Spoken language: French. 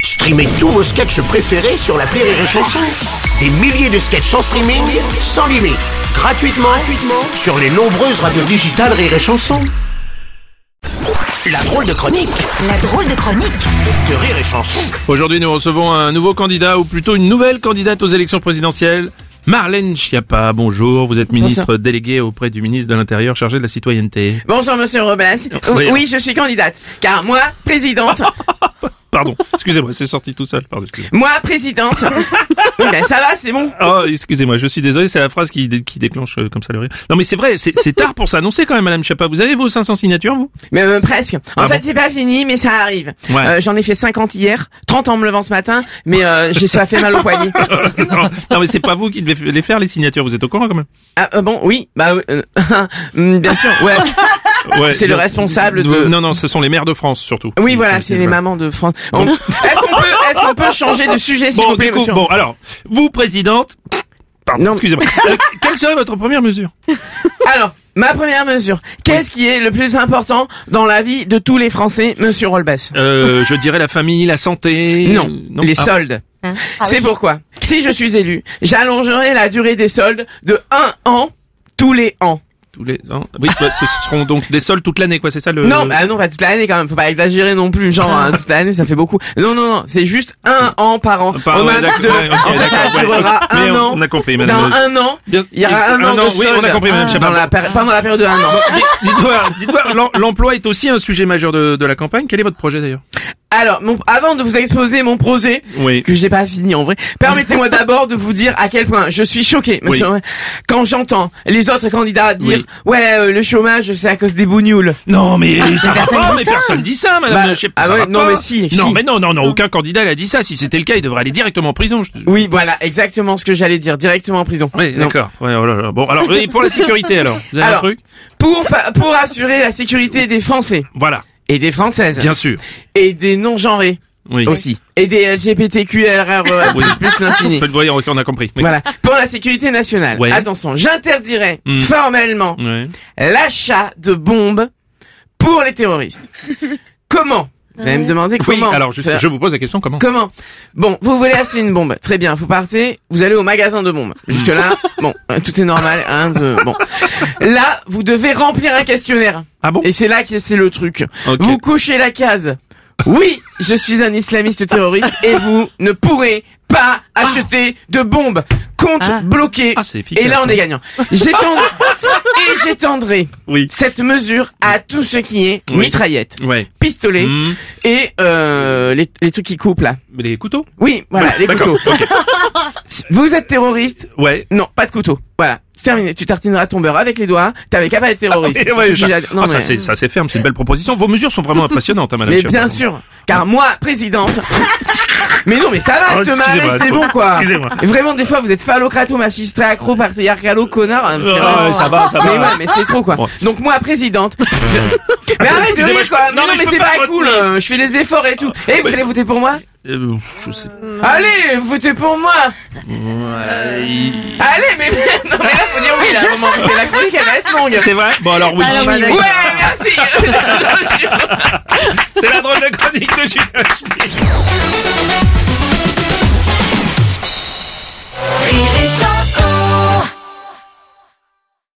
Streamez tous vos sketchs préférés sur la Rire et Chanson. Des milliers de sketchs en streaming, sans limite, gratuitement, gratuitement sur les nombreuses radios digitales Rire et Chanson. La drôle de chronique La drôle de chronique de Rire et Chanson. Aujourd'hui, nous recevons un nouveau candidat, ou plutôt une nouvelle candidate aux élections présidentielles. Marlène Schiappa, bonjour. Vous êtes ministre déléguée auprès du ministre de l'Intérieur chargé de la citoyenneté. Bonjour Monsieur Robles. Oui. Oui, oui, je suis candidate. Car moi, présidente, Pardon, excusez-moi, c'est sorti tout seul. Pardon, excusez-moi. moi, présidente. Oui, ben ça va, c'est bon. Oh, excusez-moi, je suis désolé, c'est la phrase qui, dé- qui déclenche euh, comme ça le rire. Non mais c'est vrai, c'est c'est tard pour s'annoncer quand même, Madame Schiappa. Vous avez vos 500 signatures, vous Mais euh, presque. En Ah fait, bon c'est pas fini, mais ça arrive. Ouais. Euh, J'en ai fait 50 hier, 30 en me levant ce matin, mais euh, j'ai- ça fait mal au poignet. non. non, mais c'est pas vous qui devez les faire, les signatures, vous êtes au courant quand même Ah, euh, bon, oui, bah euh, hum, bien sûr. Ouais. Ouais, C'est le non, responsable de- Non, non, ce sont les maires de France surtout. Oui, voilà, c'est les mamans de France. On- Est-ce qu'on peut, est-ce qu'on peut changer de sujet, s'il Bon, vous plaît, du coup, monsieur bon, alors, vous, présidente... Pardon, Non. excusez-moi. Euh, quelle serait votre première mesure Alors, ma première mesure. Qu'est-ce qui est le plus important dans la vie de tous les Français, Monsieur Rolbès Euh, je dirais la famille, la santé. Non, euh, les Ah, soldes. C'est pourquoi, si je suis élu, j'allongerai la durée des soldes de un an tous les ans. tous les ans. Oui, bah, ce seront donc des soldes toute l'année, quoi. C'est ça le. Ah, Non, bah non, pas toute l'année quand même, faut pas exagérer non plus, genre hein, toute l'année ça fait beaucoup. Non, non, non, c'est juste un an par an. Pardon, on a Mm. ouais, d'accord, deux. ouais, ok, en fait, ça d'accord, ouais. durera Mais un on- an. On a compris, madame. Dans un an, Bien- il y aura un, un an de an, oui, soldes. on a compris, madame Ah. Schiappa. dans la péri- pendant la période de un an. Dites- Dites-moi, dites-moi, l'em- l'emploi est aussi un sujet majeur de, de la campagne. Quel est votre projet d'ailleurs Alors, mon- avant de vous exposer mon projet, Oui. que j'ai pas fini en vrai. Permettez-moi d'abord de vous dire à quel point je suis choqué, monsieur. Quand j'entends les autres candidats dire Oui. ouais euh, le chômage c'est à cause des bougnoules. Non, Ah, mais ça va personne pas, dit mais ça. personne dit ça, madame. Bah, Je sais pas, ah ça ouais, va non, pas. mais si, Non, si. mais non, non, non, aucun candidat n'a dit ça. Si c'était le cas, il devrait aller directement en prison. je- Oui, voilà exactement ce que j'allais dire directement en prison. Oui, Non. d'accord. Ouais, oh là là. Bon, alors, et pour la sécurité, alors, vous avez un Alors. truc Pour pa- pour assurer la sécurité des Français Voilà, et des Françaises bien sûr. et des non genrés Oui. aussi et des LGBTQRR Oui. plus On l'infini. peut le voir, ok, on a compris. Oui. E Voilà. Pour la sécurité nationale. Ouais. Attention, j'interdirai Mm. formellement Ouais. l'achat de bombes pour les terroristes. comment Vous allez me demander Oui, comment alors juste, Faire- je vous pose la question comment Comment Bon, vous voulez acheter une bombe. Très bien, vous partez, vous allez au magasin de bombes. Jusque-là, bon, euh, tout est normal. Hein, de- bon. Là, vous devez remplir un questionnaire. Ah bon Et c'est là que c'est le truc. Ok. Vous couchez la case. Oui, je suis un islamiste terroriste et vous ne pourrez pas acheter de bombes. Compte bloqué. Ah, c'est efficace, et là, on hein. est gagnant. J'étends- et j'étendrai Oui. cette mesure à tout ce qui est Mm. Oui. mitraillette, Ouais. pistolet Mmh. et euh, les, les trucs qui coupent là. Mais les couteaux Oui, voilà, Ouais, les d'accord, couteaux. Vous êtes terroriste Ouais. Non, pas de couteau. Voilà, c'est terminé. Tu tartineras ton beurre avec les doigts. T'avais qu'à pas être terroriste. Ah, ouais, ça, C'est tout ce que j'ai à- non, ah, ça, mais- c'est- ça, c'est ferme, c'est une belle proposition. Vos mesures sont vraiment impressionnantes, hein, madame. mais Schiappa. bien sûr, car moi, présidente. mais non, mais ça va, Oh, Thomas, excusez-moi, mais c'est bon, bon quoi. excusez-moi. Vraiment, des fois, vous êtes phallocrato, magistrat, accro, patriarcalo, connard. hein, c'est Ouais, vraiment- ouais, Ah, ça va, ça va. Mais ouais, mais c'est trop quoi. Bon. Donc moi, présidente. mais arrête de Excusez-moi, rire je quoi. peux- Non, non, non, mais mais je c'est peux pas pas cool. retenir. euh, Je fais des efforts et tout. Eh, vous allez voter pour moi Euh, je sais. Allez, votez pour moi Allez, mais, non, mais là, faut dire oui, là, à un moment, parce que la chronique, elle va être longue. C'est vrai Bon, alors oui. Alors, oui. Ouais, merci C'est la drôle de chronique de Julien Schmitt. Rire et Chanson